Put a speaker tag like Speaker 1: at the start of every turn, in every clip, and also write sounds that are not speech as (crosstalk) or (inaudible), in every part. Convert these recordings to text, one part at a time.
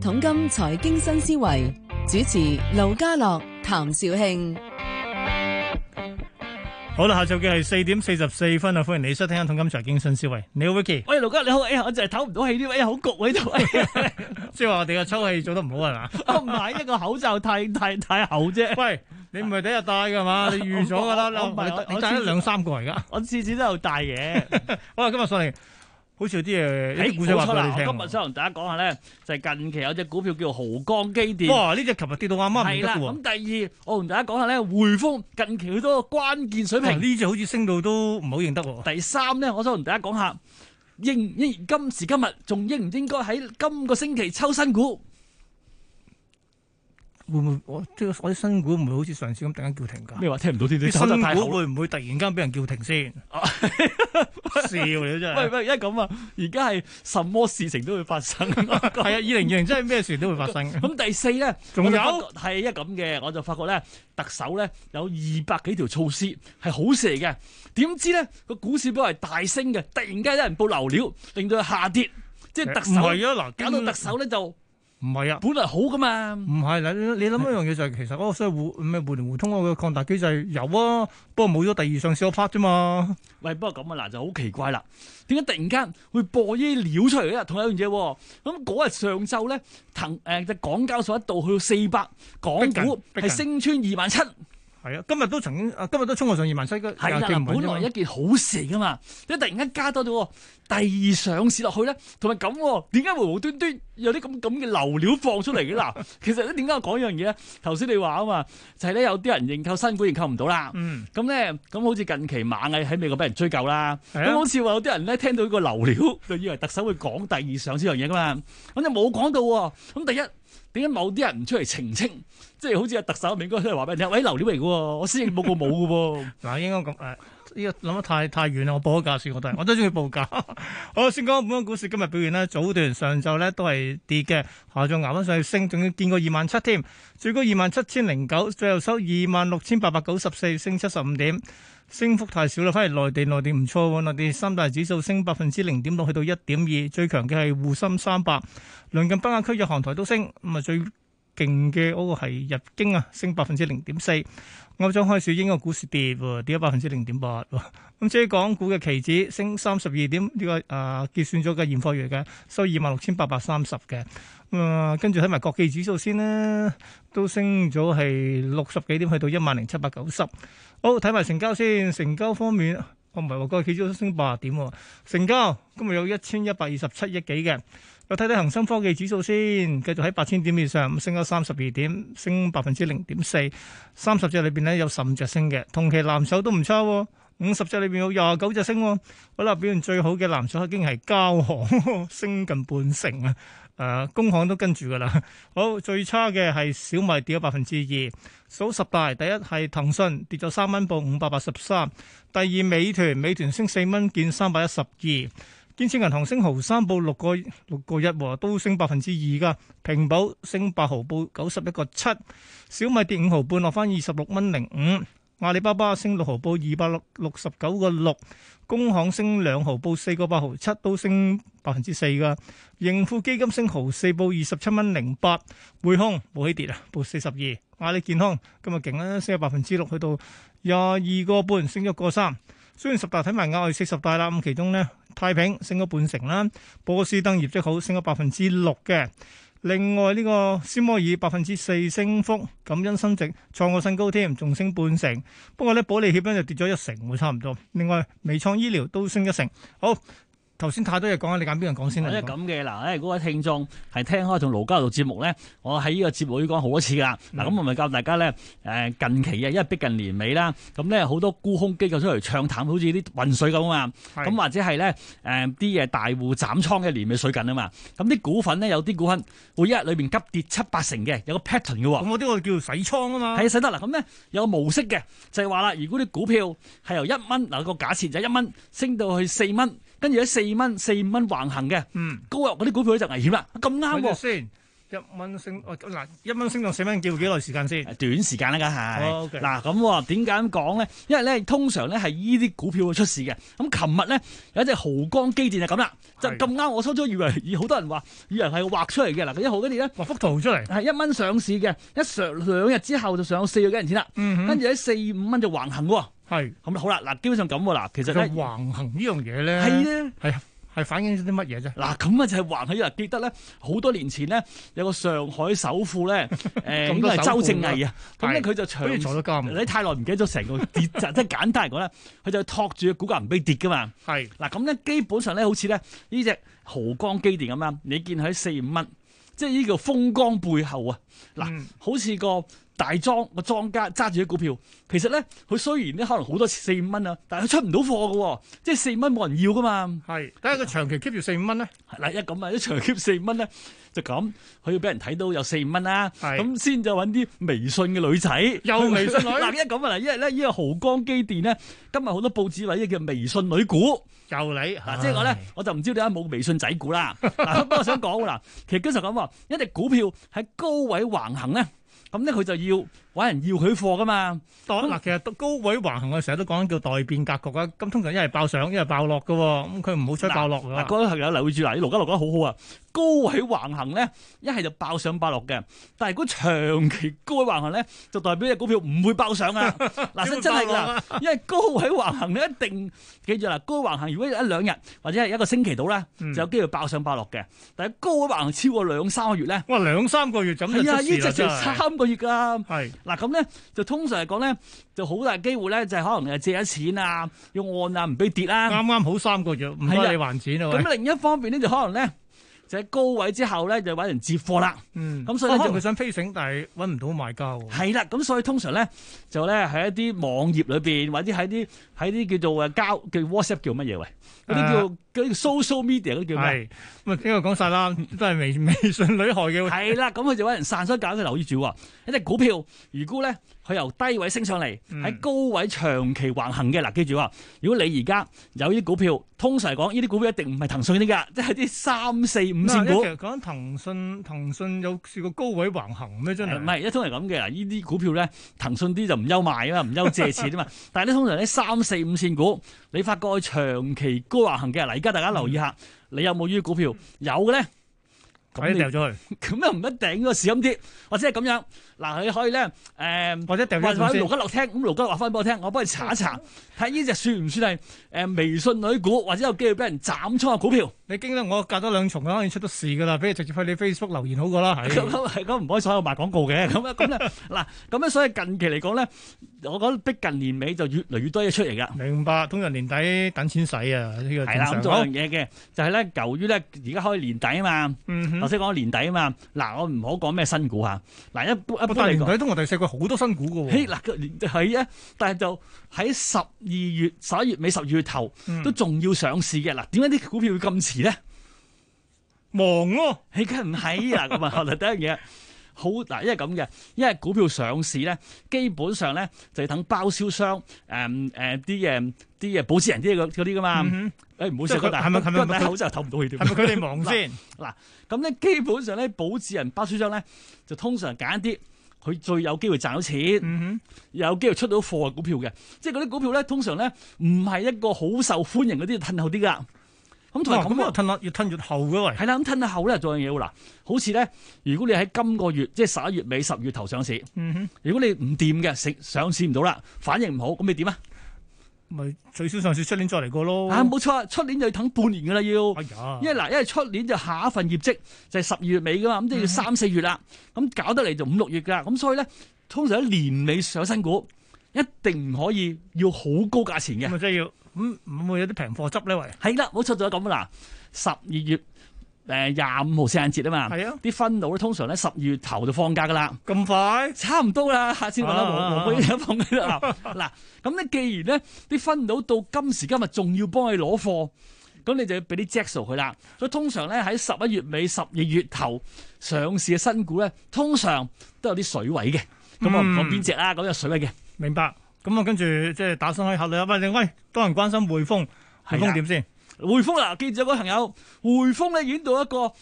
Speaker 1: 桶金財經新思維主持盧家樂、譚紹興。
Speaker 2: 好啦，下晝嘅係四點四十四分啊！歡迎你收聽《一桶金財經新思維》，你好 Vicky，
Speaker 3: 喂，盧家你好，哎呀，我就係唞唔到氣添，哎呀，好焗
Speaker 2: (laughs)
Speaker 3: 喎喺度，哎呀，
Speaker 2: 即係話我哋嘅抽氣做得唔好係嘛？ (laughs)
Speaker 3: 我唔係一個口罩太太太厚啫，
Speaker 2: 喂，你唔係第一日戴㗎 (laughs) 嘛？你預咗㗎啦，
Speaker 3: 我唔係我
Speaker 2: 你你
Speaker 3: 我
Speaker 2: 戴咗
Speaker 3: 知
Speaker 2: 兩三個而家。
Speaker 3: 我次次都有戴嘅。
Speaker 2: 好啦，今日上嚟好似有啲嘢，有啲故仔
Speaker 3: 冇
Speaker 2: 話
Speaker 3: 錯
Speaker 2: 俾
Speaker 3: 啦
Speaker 2: (laughs) 你聽
Speaker 3: 我今日
Speaker 2: 喎。
Speaker 3: 想同大家講下咧，就係近期有隻股票叫豪江機電。
Speaker 2: 哇！呢只琴日跌到啱啱
Speaker 3: 係
Speaker 2: 唔得
Speaker 3: 啦，
Speaker 2: 嘅
Speaker 3: 咁
Speaker 2: 喎
Speaker 3: 第二，我同大家講下咧，匯豐近期好多關鍵水
Speaker 2: 哇，
Speaker 3: 平。
Speaker 2: 呢只好似升到都唔好認得喎。
Speaker 3: 第三咧，我想同大家講下，應應今時今日仲應唔應該喺今個星期抽新股？
Speaker 2: 會唔會我即係我啲新股唔會好似上次咁突然間叫停㗎？
Speaker 3: 咩話聽唔到啲
Speaker 2: 啲新股會唔會突然間俾人叫停先？ (laughs) 笑你 (laughs) 真
Speaker 3: 喂
Speaker 2: 係。
Speaker 3: 喂，因為咁啊，而家係什麼事情都
Speaker 2: (laughs)
Speaker 3: 會發生。 (laughs)
Speaker 2: 係啊，二零二零真係咩事都會發生嘅。
Speaker 3: 咁第四咧，
Speaker 2: 仲有
Speaker 3: 係一咁嘅，我就發覺咧，特首咧有二百幾條措施係好事嚟嘅，點知咧個股市表係大升嘅，突然間有人報流料，令到佢下跌，即係特
Speaker 2: 唔
Speaker 3: 首
Speaker 2: 係啊，嗱，
Speaker 3: 搞到特首咧就
Speaker 2: 唔係啊。
Speaker 3: 本來好噶嘛，
Speaker 2: 唔係嗱，你你諗一樣嘢就係其實嗰個所謂互咩互聯互通嗰個擴大機制有啊，不過冇咗第二上市嗰 part 啫嘛。
Speaker 3: 喂，不過咁啊嗱就好奇怪啦，點解突然間會播呢啲料出嚟咧？同一樣嘢喎，咁嗰日上晝咧，騰誒只港交所一度去到四百，
Speaker 2: 逼
Speaker 3: 港
Speaker 2: 近
Speaker 3: 股
Speaker 2: 逼
Speaker 3: 係
Speaker 2: 近
Speaker 3: 升穿二萬七。
Speaker 2: 係啊，今日都曾經啊，今日都衝過上二萬七啊嘅，
Speaker 3: 係
Speaker 2: 又
Speaker 3: 啦，
Speaker 2: 企唔
Speaker 3: 嗱
Speaker 2: 穩
Speaker 3: 本
Speaker 2: 啫嘛
Speaker 3: 來一件好事嚟噶嘛，你突然間加多咗個第二上市落去咧，同埋咁喎，點解會無端端有啲咁咁嘅流料放出嚟嘅嗱？其實咧點解我講一樣嘢咧？頭先你話啊嘛，就係、咧有啲人認購新股認購唔到啦。
Speaker 2: 嗯，
Speaker 3: 咁咧，咁好似近期螞蟻喺美國俾人追究啦。
Speaker 2: 係
Speaker 3: 咁
Speaker 2: 啊
Speaker 3: 好，似話有啲人咧聽到呢個流料，就以為特首會講第二上呢樣嘢噶嘛，咁就冇講到喎。咁第一，點解某啲人唔出嚟澄清？即係好似阿特首唔應該出嚟話俾人聽，喂流料嚟嘅喎，我施政報告冇嘅喎。
Speaker 2: 嗱應該咁誒，呢個諗得太太遠啦，我報咗價先，我都係，我都中意報價。 (laughs) 好，先講本港股市今日表現啦，早段上晝咧都係跌嘅，下晝捱翻上去升，仲要見過二萬七添，最高二萬七千零九，最後收二萬六千八百九十四，升七十五點。升幅太少啦，反而內地內地唔錯喎，內地三大指數升百分之零點六，去到一點二，最強嘅係滬深三百，鄰近北亞區嘅韓台都升，咁啊最勁嘅嗰個係日經啊，升百分之零點四。 (laughs) 歐洲開市，英國股市跌喎，跌咗百分之零點八喎。咁至於港股嘅期指升三十二點，呢、個啊結算咗嘅現貨月嘅收二萬六千八百三十嘅。咁啊，跟住睇埋國企指數先啦，都升咗係六十幾點，去到一萬零七百九十。好，睇埋成交先，成交方面，我唔係話國企指數升八十點喎，成交今日有一千一百二十七億幾嘅。又睇睇恒生科技指數先，繼續喺八千點以上，升咗三十二點，升百分之零點四。三十隻裏邊咧有十五隻升嘅，同期藍籌都唔差喎。五十隻裏邊有廿九隻升喎。好啦，表現最好嘅藍籌已經係交行， (laughs) 升近半成啊。誒、工行都跟住噶啦。好，最差嘅係小米跌咗百分之二。數十大第一係騰訊跌咗三蚊，報五百八十三。第二美團，美團升四蚊，見三百一十二。建設銀行升毫三，報六個六個一喎，都升百分之二噶。平保升八毫，報九十一個七。小米跌五毫半，落翻二十六蚊零五。阿里巴巴升六毫，報二百六六十九個六。工行升兩毫，報四個八毫七，都升百分之四噶。盈富基金升毫四，報二十七蚊零八。匯控冇起跌啊，報四十二。阿里健康今日勁啦，升咗百分之六，去到廿二個半，升咗個三。雖然十大睇埋額外四十大啦，咁其中咧太平升咗半成啦，波司登業績好，升咗百分之六嘅。另外呢個斯摩爾百分之四升幅，感恩新值創個新高添，仲升半成。不過咧，保利協咧就跌咗一成喎，差唔多。另外，微創醫療都升一成。好，頭先太多嘢講啊啦，你揀邊個講先
Speaker 3: 或者
Speaker 2: 啦？
Speaker 3: 咁嘅嗱，誒嗰位聽眾係聽開同盧家做節目咧，我喺呢個節目已經講好多次㗎啦。嗱、咁我咪教大家咧，誒、近期啊，因為逼近年尾啦，咁咧好多沽空機構出嚟唱淡，好似啲混水咁啊嘛。
Speaker 2: 係
Speaker 3: 咁或者係咧誒啲嘢大戶斬倉嘅年尾水緊啊嘛。咁啲股份咧有啲股份會一日裏邊急跌七八成嘅，有個 pattern 嘅喎。
Speaker 2: 咁我啲我叫洗倉啊嘛。
Speaker 3: 係使得啦，咁咧有個模式嘅，就係話啦，如果啲股票係由一蚊嗱個假設就係一蚊升到去四蚊，跟住喺四蚊四五蚊橫行嘅，
Speaker 2: 嗯，
Speaker 3: 高入嗰啲股票咧就危險啦。咁啱
Speaker 2: 睇住
Speaker 3: 喎，
Speaker 2: 先。一蚊升，哦嗱一蚊升到四蚊，叫幾耐時間先？
Speaker 3: 短時間啦，梗係。
Speaker 2: 哦，OK
Speaker 3: 嗱咁喎，點解咁講咧？因為咧，通常咧係依啲股票會出事嘅。咁琴日咧有一隻豪光機電就咁啦，就
Speaker 2: 係
Speaker 3: 咁啱我收咗，以為 (laughs) 以好多人話，以為係畫出嚟嘅。嗱，佢一號跟住咧
Speaker 2: 畫幅圖出嚟，
Speaker 3: 係一蚊上市嘅，一上兩日之後就上咗四個幾銀錢啦，
Speaker 2: 嗯
Speaker 3: 跟
Speaker 2: 哼，
Speaker 3: 住喺四五蚊就橫行喎。
Speaker 2: 係
Speaker 3: 咁好啦，嗱，基本上咁喎，嗱，其
Speaker 2: 其
Speaker 3: 實
Speaker 2: 實
Speaker 3: 咧
Speaker 2: 橫行呢樣嘢咧，
Speaker 3: 係咧。
Speaker 2: 係反映咗啲乜嘢啫？
Speaker 3: 嗱，咁啊就係橫起啦！記得咧，好多年前咧，有個上海
Speaker 2: (laughs)
Speaker 3: 首富咧，誒
Speaker 2: 咁
Speaker 3: 應
Speaker 2: 多
Speaker 3: 該係周正毅啊，咁咧
Speaker 2: 係
Speaker 3: 佢就
Speaker 2: 好似
Speaker 3: 長
Speaker 2: 坐咗監，
Speaker 3: 你太耐唔記得咗成個跌，
Speaker 2: (laughs)
Speaker 3: 就即係簡單嚟講咧，佢就托住個股價唔俾跌噶嘛。
Speaker 2: 係
Speaker 3: 嗱咁咧，基本上咧，好似咧呢只豪光機電咁樣，你見佢喺四五蚊，即係呢個風光背後啊，嗱
Speaker 2: 嗱，
Speaker 3: 好似個大莊個莊家揸住啲股票，其實咧佢雖然咧可能好多四五蚊啊，但係佢出唔到貨嘅喎，即係四五蚊冇人要噶嘛。
Speaker 2: 係睇下佢長期 keep 住四五蚊咧，
Speaker 3: 嗱一咁啊，一長 keep 四五蚊咧就咁，佢要俾人睇到有四五蚊啦，
Speaker 2: 係
Speaker 3: 咁先就揾啲微信嘅女仔，
Speaker 2: 有微信女
Speaker 3: (laughs) 嗱一咁啊，嗱因為咧呢個豪光機電咧，今日好多報紙話呢個叫微信女股，
Speaker 2: 又你
Speaker 3: 嗱即係我咧我就唔知你有冇微信仔股啦， (laughs) 嗱不過我想講嗱，其實經常咁話，一隻股票喺高位橫行咧，咁咧佢就要揾人要佢貨噶嘛，
Speaker 2: 當嗱，其實高位橫行，我哋成日都講叫待變格局啊。咁通常一係爆上，一係爆落嘅喎。咁佢唔好吹爆落
Speaker 3: 嗱
Speaker 2: 㗎。
Speaker 3: 嗰啊個朋友留意住嗱，盧家樂講得好好啊，高位橫行咧，一係就爆上爆落嘅，但係如果長期高位橫行咧，就代表只股票唔會爆
Speaker 2: (laughs)
Speaker 3: 上啊！嗱，真真係㗎啦。
Speaker 2: 啊
Speaker 3: 因為高位橫行你一定記住啦，高位橫行如果一兩日或者係一個星期到啦，
Speaker 2: 嗯
Speaker 3: 就有機會爆上爆落嘅。但係高位橫行超過兩三個月咧，
Speaker 2: 哇，兩三個月就咁就
Speaker 3: 係啊，
Speaker 2: 出
Speaker 3: 呢只
Speaker 2: 事啦，
Speaker 3: 就
Speaker 2: 真係。
Speaker 3: 三個月㗎啦。
Speaker 2: 係
Speaker 3: 嗱咁咧就通常嚟講咧，就好大機會咧就係可能誒借咗錢啊，要按啊唔俾跌啦。
Speaker 2: 啱啱好三個月，唔
Speaker 3: 係
Speaker 2: 該
Speaker 3: 啊
Speaker 2: 你還錢啊喂。
Speaker 3: 咁另一方面咧就可能咧就喺高位之後咧就揾人接貨啦。
Speaker 2: 嗯，
Speaker 3: 咁所以咧
Speaker 2: 可
Speaker 3: 就
Speaker 2: 能佢想飛醒，但係揾唔到買家喎。
Speaker 3: 係啦，咁所以通常咧就咧喺一啲網頁裏邊，或者喺啲喺啲叫做誒交叫 WhatsApp 叫乜嘢喂？嗰啲叫嗰啲 social media 嗰啲叫咩？
Speaker 2: 係咁啊，呢個講晒啦，都係微 (laughs) 微信女害嘅。
Speaker 3: 係啦，咁佢就揾人散所以搞佢留意住喎。一隻股票，如果咧佢由低位升上嚟，
Speaker 2: 嗯
Speaker 3: 喺高位長期橫行嘅，嗱記住啊，如果你而家有呢啲股票，通常嚟講，呢啲股票一定唔係騰訊啲㗎，即係啲三四五線
Speaker 2: 嗱
Speaker 3: 股
Speaker 2: 其。實講緊騰訊，騰訊有試過高位橫行咩？真
Speaker 3: 誒唔
Speaker 2: 係。
Speaker 3: 係，一通係咁嘅嗱，呢啲股票咧，騰訊啲就唔憂賣啊嘛，唔憂借
Speaker 2: (laughs)
Speaker 3: 錢啊嘛。但係咧，通常咧三四五線股，你發覺佢長期高橫行嘅，嗱，而家大家留意下，
Speaker 2: 嗯
Speaker 3: 你有冇呢啲股票？有嘅咧，咁
Speaker 2: 快啲掉
Speaker 3: 你
Speaker 2: 咗佢，
Speaker 3: 咁又唔一定個市咁啲，或者係咁樣嗱，你可以咧誒。
Speaker 2: 或者掉
Speaker 3: 或
Speaker 2: 咗
Speaker 3: 者話
Speaker 2: 佢
Speaker 3: 俾
Speaker 2: 先嗯
Speaker 3: 盧。吉樂聽，咁盧吉樂話翻俾我聽，我幫你查一查，睇呢只算唔算係誒微信女股，或者有機會俾人斬倉嘅股票？
Speaker 2: 你經得我隔多兩重，可以出到事㗎啦。俾你直接去你 Facebook 留言好過啦。
Speaker 3: (laughs) 咁
Speaker 2: 係。
Speaker 3: 咁係咁唔可以所有賣廣告嘅，咁啊
Speaker 2: (laughs)
Speaker 3: 咁咧嗱，咁咧所以近期嚟講咧，我覺得逼近年尾就越嚟越多嘢出嚟噶。
Speaker 2: 明白，通常年底等錢使啊，呢、個
Speaker 3: 係
Speaker 2: 正
Speaker 3: 啦，咁
Speaker 2: 常。
Speaker 3: 仲有
Speaker 2: 好
Speaker 3: 一，樣嘢嘅，就係咧，由於咧而家開年底啊嘛，
Speaker 2: 嗯哼
Speaker 3: 頭，先講年底啊嘛，嗱，我唔好講咩新股嚇，嗱一般一
Speaker 2: 但
Speaker 3: 般
Speaker 2: 係
Speaker 3: 嚟
Speaker 2: 年
Speaker 3: 講，
Speaker 2: 底通常第四季好多新股嘅
Speaker 3: 嘿
Speaker 2: 喎。
Speaker 3: 嗱係啊，但係就喺十二月、十一月尾、十二月頭
Speaker 2: 嗯
Speaker 3: 都仲要上市嘅，嗱，點解啲股票要咁遲咧？
Speaker 2: 忙咯、
Speaker 3: (laughs) 你梗係唔係啊？咁啊，嗱，第一樣嘢好嗱，因為咁嘅，因為股票上市咧，基本上咧就要等包銷商誒誒啲誒啲誒保薦人啲嗰嗰啲噶嘛。
Speaker 2: 嗯
Speaker 3: 誒唔好食
Speaker 2: 即係佢
Speaker 3: 嗰啖，
Speaker 2: 係咪係
Speaker 3: (laughs)
Speaker 2: 咪
Speaker 3: 嗰啖口罩唞唔到氣
Speaker 2: 哼，
Speaker 3: 添。
Speaker 2: 係咪佢哋忙
Speaker 3: (laughs)
Speaker 2: 先？
Speaker 3: 咁咧，基本上咧，保薦人包銷商咧就通常揀一啲佢最有機會賺到錢，
Speaker 2: 嗯
Speaker 3: 有機會出到貨嘅股票嘅。即係嗰啲股票咧，通常咧唔係一個好受歡迎嗰啲，褪後啲噶。咁
Speaker 2: 哼，
Speaker 3: 同埋
Speaker 2: 哇
Speaker 3: 咁
Speaker 2: 哦咁啊
Speaker 3: 啊喎
Speaker 2: 又。褪落越褪越後嘅喂。
Speaker 3: 係啦，咁吞得後咧，仲有樣嘢喎嗱，好似咧，如果你喺今個月，即係十一月尾、十月頭上市，
Speaker 2: 嗯哼，
Speaker 3: 如果你唔掂嘅，食上市唔到啦，反應唔好，咁你點啊？
Speaker 2: 咪最少上市出年再嚟過咯。
Speaker 3: 啊，冇錯啊，出年就要等半年噶啦，要，
Speaker 2: 哎呀，
Speaker 3: 因為嗱，因為出年就下一份業績就係十二月尾噶嘛，咁都要三四月啦，咁搞得嚟就五六月噶，咁所以咧，通常喺年尾上新股，一定唔可以要好高價錢嘅
Speaker 2: 咁。咪啊真係要，咁會唔會有啲平貨執咧？喂，
Speaker 3: 係啦，冇錯，就係咁啦。十二月誒廿五號聖誕節啊嘛，
Speaker 2: 係啊，
Speaker 3: 啲分佬咧通常咧十二月頭就放假噶啦。
Speaker 2: 咁快？
Speaker 3: 差唔多啦，下次揾阿黃黃輝一放佢啦。嗱，咁咧既然咧啲分佬到今時今日仲要幫你攞貨，咁你就要俾啲 jack 數佢啦。所以通常咧喺十一月尾、十二月頭上市嘅新股咧，通常都有啲水位嘅。咁我唔講邊只啦，咁有水位嘅。
Speaker 2: 明白。咁啊，跟住即係打上去考慮啦。喂，另外多人關心匯豐，匯
Speaker 3: 係啦
Speaker 2: 豐點先？
Speaker 3: 匯豐啦，記住有個朋友，匯豐咧已經到一個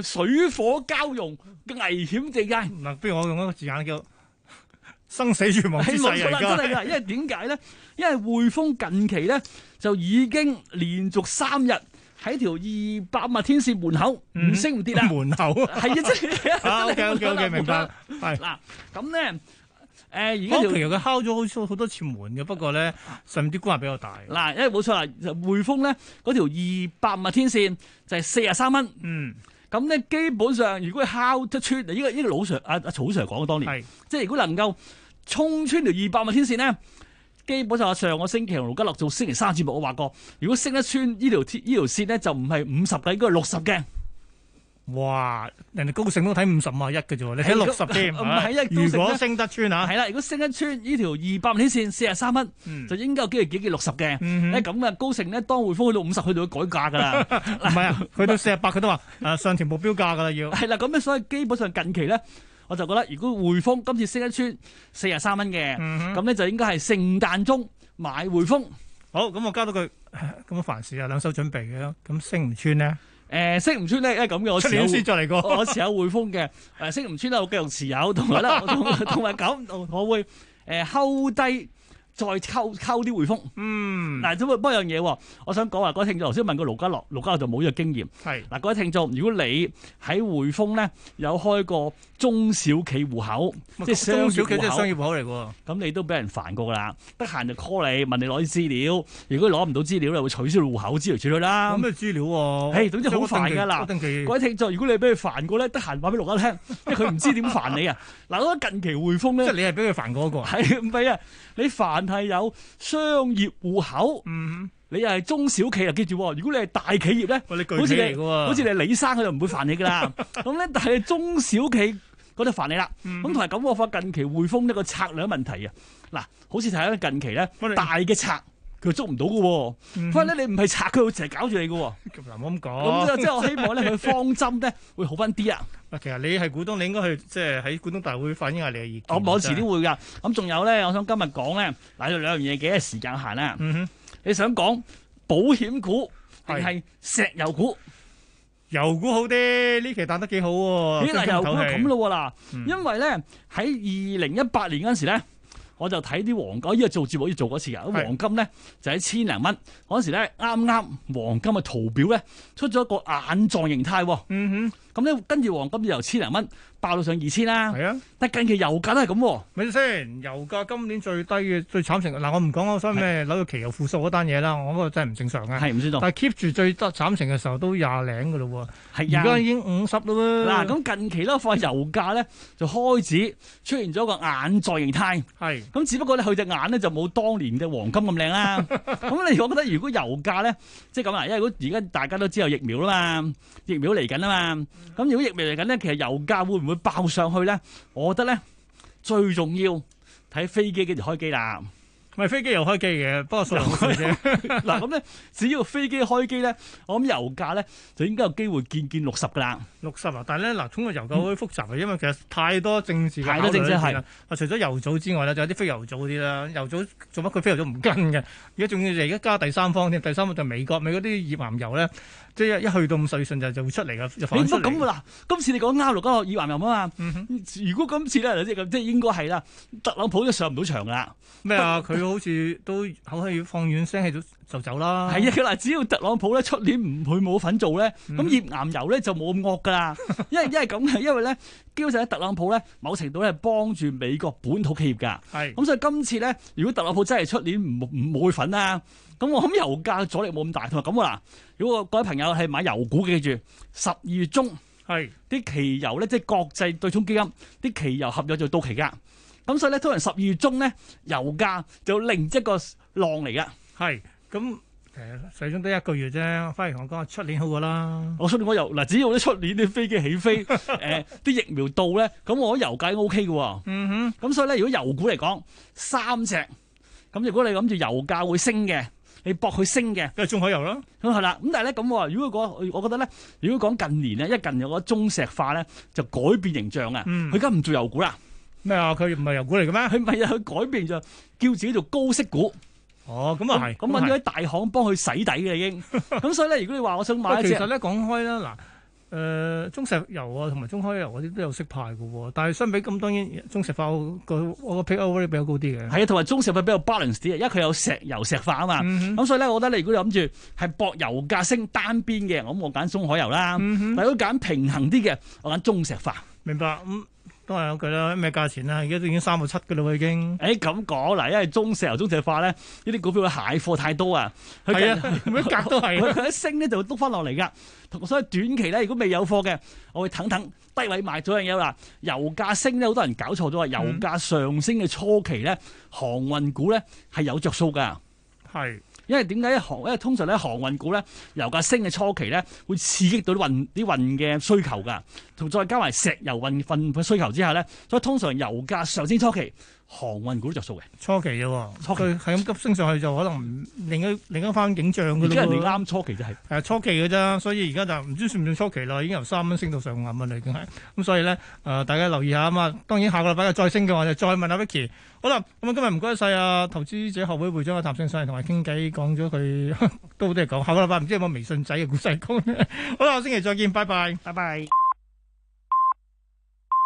Speaker 3: 誒水火交融嘅危險地界。
Speaker 2: 嗱，不如我用一個字眼叫 (laughs) 生死存亡之啊
Speaker 3: 係
Speaker 2: 勢
Speaker 3: 哎
Speaker 2: 嚟
Speaker 3: 冇錯啦，
Speaker 2: 㗎。
Speaker 3: 真係㗎，因為點解咧？因為匯豐近期咧就已經連續三日喺條二百萬天線門口唔
Speaker 2: 嗯
Speaker 3: 升唔跌啦，
Speaker 2: 門口
Speaker 3: (laughs)
Speaker 2: 啊
Speaker 3: 係啊，真
Speaker 2: (laughs)
Speaker 3: 係啊真係
Speaker 2: OK，OK，OK，
Speaker 3: 冇啦
Speaker 2: 明白
Speaker 3: 冇啦
Speaker 2: 係
Speaker 3: 嗱，咁咧誒而家啊
Speaker 2: 我
Speaker 3: 條
Speaker 2: 其實佢敲咗好似好多次門嘅，不過咧上面啲官係比較大。
Speaker 3: 嗱，因為冇錯啦，就匯豐咧嗰條二百五天線就係四十三蚊，
Speaker 2: 嗯，
Speaker 3: 咁咧基本上如果敲得穿，呢個呢個老 Sir 阿阿曹 Sir 講嘅當年，
Speaker 2: 係
Speaker 3: 即係如果能夠衝穿條二百五天線咧，基本上我上個星期同盧家樂做星期三節目，我話過，如果升得穿呢條天呢條線咧，就唔係五十嘅，應該係六十嘅。
Speaker 2: 哇！人哋高盛都睇五十五啊一嘅啫喎，你睇
Speaker 3: 係
Speaker 2: 六十添。
Speaker 3: (laughs) 唔係啊高盛
Speaker 2: 如果升得穿啊，
Speaker 3: 係啦，如果升得穿呢條二百五天線四十三蚊，
Speaker 2: 嗯
Speaker 3: 就應該有機會幾幾六十嘅。
Speaker 2: 嗯
Speaker 3: 咧
Speaker 2: 哼
Speaker 3: 咁嘅高盛咧，當匯豐去到五十，去到改價
Speaker 2: (laughs)
Speaker 3: 㗎啦。
Speaker 2: 唔係
Speaker 3: (laughs)
Speaker 2: 啊，去到四十八佢都話誒上調目標價㗎啦要。
Speaker 3: 係啦，咁咧所以基本上近期咧，我就覺得如果匯豐今次升一穿四廿三蚊嘅，
Speaker 2: 嗯哼
Speaker 3: 咁咧、就應該係聖誕中買匯豐。
Speaker 2: 好，咁我加多句，咁啊凡事啊兩手準備嘅，咁升唔穿咧，
Speaker 3: 誒、升唔穿咧，因為咁嘅我
Speaker 2: 出
Speaker 3: 持有
Speaker 2: 年先
Speaker 3: 匯
Speaker 2: 再嚟過。
Speaker 3: (laughs) 我我持有匯豐嘅，誒、升唔穿咧，我繼續持有，
Speaker 2: (laughs)
Speaker 3: 同埋咧，我同同埋咁，我會誒睺、低再溝溝啲匯豐。
Speaker 2: 嗯，
Speaker 3: 嗱、咁啊，不過有樣嘢喎，我想講話，嗰位聽眾頭先問過盧家樂，盧家樂就冇呢個經驗。
Speaker 2: 係
Speaker 3: 嗱，各位聽眾，如果你喺匯豐咧有開過中小企戶口，即係商
Speaker 2: 啊中
Speaker 3: 業
Speaker 2: 小企即
Speaker 3: 戶
Speaker 2: 係
Speaker 3: 口
Speaker 2: 商。業口嚟㗎
Speaker 3: 咁你都俾人煩過㗎啦，得閒就 call 你問你攞啲資料，如果攞唔到資料，你會取消戶口之類之類
Speaker 2: 喎，
Speaker 3: 啦
Speaker 2: 有。咩資料喎？
Speaker 3: 唉總之好快㗎啦
Speaker 2: 我定期
Speaker 3: 各位聽眾，如果你俾佢煩過咧，得閒話俾陸家聽， (laughs) 因為佢唔知點
Speaker 2: (laughs)
Speaker 3: 煩你啊。嗱，我覺得近期匯豐
Speaker 2: 即係
Speaker 3: 咧
Speaker 2: 你係俾佢煩過嗰個。
Speaker 3: 係唔係啊？你凡係有商業戶口，
Speaker 2: 嗯，
Speaker 3: 你又係中小企啊，記住喎，如果你係大企業咧，
Speaker 2: 喂，你具
Speaker 3: 好似
Speaker 2: 體
Speaker 3: 你
Speaker 2: 嚟㗎喎。
Speaker 3: 好似你係李生佢就唔會煩你㗎
Speaker 2: (laughs)
Speaker 3: 啦。咁咧，但係中小企嗰度煩你啦。咁
Speaker 2: 嗯
Speaker 3: 同埋咁，我發近期匯豐呢個策略問題啊，嗱，好似睇緊近期咧
Speaker 2: 我哋
Speaker 3: 大嘅賊佢捉唔到嘅喎，
Speaker 2: 嗯哦
Speaker 3: 不過咧你唔係賊，佢會成日搞住你嘅喎。
Speaker 2: 嗱，冇咁
Speaker 3: 咁
Speaker 2: 講。
Speaker 3: 即係即係我希望咧佢方針咧會好翻啲啊！
Speaker 2: 喂其實你係股東，你應該去即係喺股東大會反映下你嘅意見。
Speaker 3: 我我遲
Speaker 2: 真係
Speaker 3: 啲會㗎。咁仲有咧，我想今日講咧，嗱有兩樣嘢嘅時間限啦。
Speaker 2: 嗯哼，
Speaker 3: 你想講保險股定
Speaker 2: 係
Speaker 3: 係石油股？
Speaker 2: 油股好啲，呢期彈得幾好喎。
Speaker 3: 咦嗱，油股就咁咯喎嗱。
Speaker 2: 嗯，
Speaker 3: 因為咧喺二零一八年嗰陣時咧，我就睇啲黃金，依個做節目要做嗰次㗎。
Speaker 2: 係
Speaker 3: 黃金咧就喺千零蚊嗰陣時咧，啱啱黃金嘅圖表咧出咗一個眼狀形態喎。
Speaker 2: 嗯
Speaker 3: 咁咧跟住黃金就由千零蚊爆到上二千啦
Speaker 2: 哼，。係啊，
Speaker 3: 但近期油價都係咁喎。
Speaker 2: 咪先，油價今年最低嘅最慘情況嗱，我唔講我所謂咩紐約期油負數嗰單嘢啦，我嗰個真係唔正常嘅。
Speaker 3: 係唔算
Speaker 2: 但
Speaker 3: 到，
Speaker 2: 係 keep 住最得慘情嘅時候都廿零嘅咯喎，
Speaker 3: 係
Speaker 2: 而家
Speaker 3: 啊。
Speaker 2: 已經五十咯喎。
Speaker 3: 嗱，咁近期咧，發油價咧就開始出現咗個眼狀形態，
Speaker 2: 係
Speaker 3: 咁只不過咧佢隻眼咧就冇當年嘅黃金咁靚
Speaker 2: (laughs)
Speaker 3: 啦。咁你我覺得如果油價咧即係咁啊啦，因為如果而家大家都知有疫苗啦嘛，疫苗嚟緊啊嘛，咁如果疫苗嚟緊咧，其實油價會唔會爆上去咧？我覺得咧最重要睇飛機幾時開機啦。
Speaker 2: 咪飛機又開機嘅？不過數
Speaker 3: (laughs)
Speaker 2: 量好少啫。
Speaker 3: 嗱咁咧，只要飛機開機咧，我諗油價咧就應該有機會見見六十噶啦。
Speaker 2: 六十啊！但係咧嗱，中國油價好複雜嘅，因為其實太多政治嘅
Speaker 3: 嗯太多政治
Speaker 2: 考慮喺裏邊啦啊，除咗油組之外咧，仲有啲非油組嗰啲啦。油組做乜？佢非油組唔跟嘅。而家仲要而家加第三方添，第三方就係美國，美國啲頁岩油咧，即係一去到咁水順就就會出嚟嘅，就
Speaker 3: 你
Speaker 2: 反
Speaker 3: 唔
Speaker 2: 出
Speaker 3: 好咁啊
Speaker 2: 嚟。
Speaker 3: 㗎啦，今次你講啱六嗰個耳環油啊嘛。
Speaker 2: 嗯哼
Speaker 3: 如果今次咧，即係咁，即係應該係啦，特朗普都上唔到場㗎啦。
Speaker 2: 咩啊？佢好似都口氣放軟聲氣就就走啦。
Speaker 3: 係啊，嗱，只要特朗普咧出年唔佢冇份做咧，咁
Speaker 2: 嗯
Speaker 3: 頁岩油咧就冇咁惡㗎啦。因為因為咁嘅，因為咧基本上咧特朗普咧某程度咧係幫住美國本土企業㗎。
Speaker 2: 係
Speaker 3: 咁所以今次咧，如果特朗普真係出年唔唔冇佢份啦，咁我諗油價阻力冇咁大，同埋咁啊嗱，如果各位朋友係買油股嘅，記住十二月中。
Speaker 2: 係
Speaker 3: 啲期油咧，即係國際對沖基金啲期油合約就到期㗎。咁所以咧，通常十二月中咧，油價就另一個浪嚟㗎。
Speaker 2: 係咁誒，最終得一個月啫。反而同我講出年好過啦。
Speaker 3: 我相信我油嗱，只要咧出年啲飛機起飛，誒、啲疫苗到咧，咁我覺得油價 O K 嘅喎。
Speaker 2: (laughs) 嗯哼，
Speaker 3: 咁所以咧，如果油股嚟講，三隻咁，如果你諗住油價會升嘅，你搏佢升嘅，
Speaker 2: 跟住中海油啦。
Speaker 3: 咁係啦。咁但係咧咁喎，如果講我覺得咧，如果講近年咧，因為近年我覺得中石化咧就改變形象啊，
Speaker 2: 嗯
Speaker 3: 佢而家唔做油股啦，
Speaker 2: 咩啊？佢唔係油股嚟嘅咩？
Speaker 3: 佢咪係啊佢改變就叫自己做高息股。
Speaker 2: 哦，咁啊係。
Speaker 3: 咁咁揾
Speaker 2: 係 (laughs)
Speaker 3: 咗啲大行幫佢洗底嘅已經，咁所以咧，如果你話我想買
Speaker 2: 喂
Speaker 3: 一
Speaker 2: 其
Speaker 3: 隻，
Speaker 2: 實咧講開啦，嗱。誒中石油啊，同埋中海油嗰啲都有息派嘅喎，但係相比咁，當然中石化我個我個 pick out rate 比較高啲嘅。
Speaker 3: 係啊，同埋中石化比較 balance 啲啊，因為佢有石油石化啊嘛。
Speaker 2: 嗯哼
Speaker 3: 咁所以咧，我覺得你如果你諗住係博油價升單邊嘅，我咁我揀中海油啦。
Speaker 2: 嗯哼
Speaker 3: 但如果揀平衡啲嘅，我揀中石化。
Speaker 2: 明白咁，都係嗰句啦，咩價錢啦？啊而家都已經三個七嘅啦喎，已經。
Speaker 3: 誒咁講嗱，因為中石油、中石化咧，呢啲股票嘅蟹貨太多啊，佢
Speaker 2: 係啊， (laughs) 每一格都係
Speaker 3: (laughs) 佢。佢一升咧就會碌翻落嚟噶。同所以短期咧，如果未有貨嘅，我會等等低位買咗樣嘢啦。油價升咧，好多人搞錯咗啊！油價上升嘅初期咧，航運股咧係有着數㗎。
Speaker 2: 係
Speaker 3: 因為點解航？因為通常咧航運股咧油價升嘅初期咧，會刺激到啲運啲運嘅需求㗎，同再加埋石油運運嘅需求之下咧，所以通常油價上升初期，航運股都着數嘅。
Speaker 2: 初期啫喎，
Speaker 3: 初期
Speaker 2: 佢係咁急升上去就可能唔另一另一番景象嘅
Speaker 3: 而
Speaker 2: 咯
Speaker 3: 家人哋
Speaker 2: 喎。
Speaker 3: 啱初期就係、
Speaker 2: 係初期嘅啫，所以而家就唔知算唔算初期啦，已經由三蚊升到上五蚊啦，已經係咁，所以咧誒、呃大家留意下啊嘛。當然下個禮拜再升嘅話，就再問下 Vicky。好啦，咁啊今日唔該晒啊投資者學會會長啊譚先生同埋傾偈講咗呃佢都好多嘢講。下個禮拜唔知有冇微信仔嘅故仔講咧。好啦，下星期再見，拜拜，拜拜。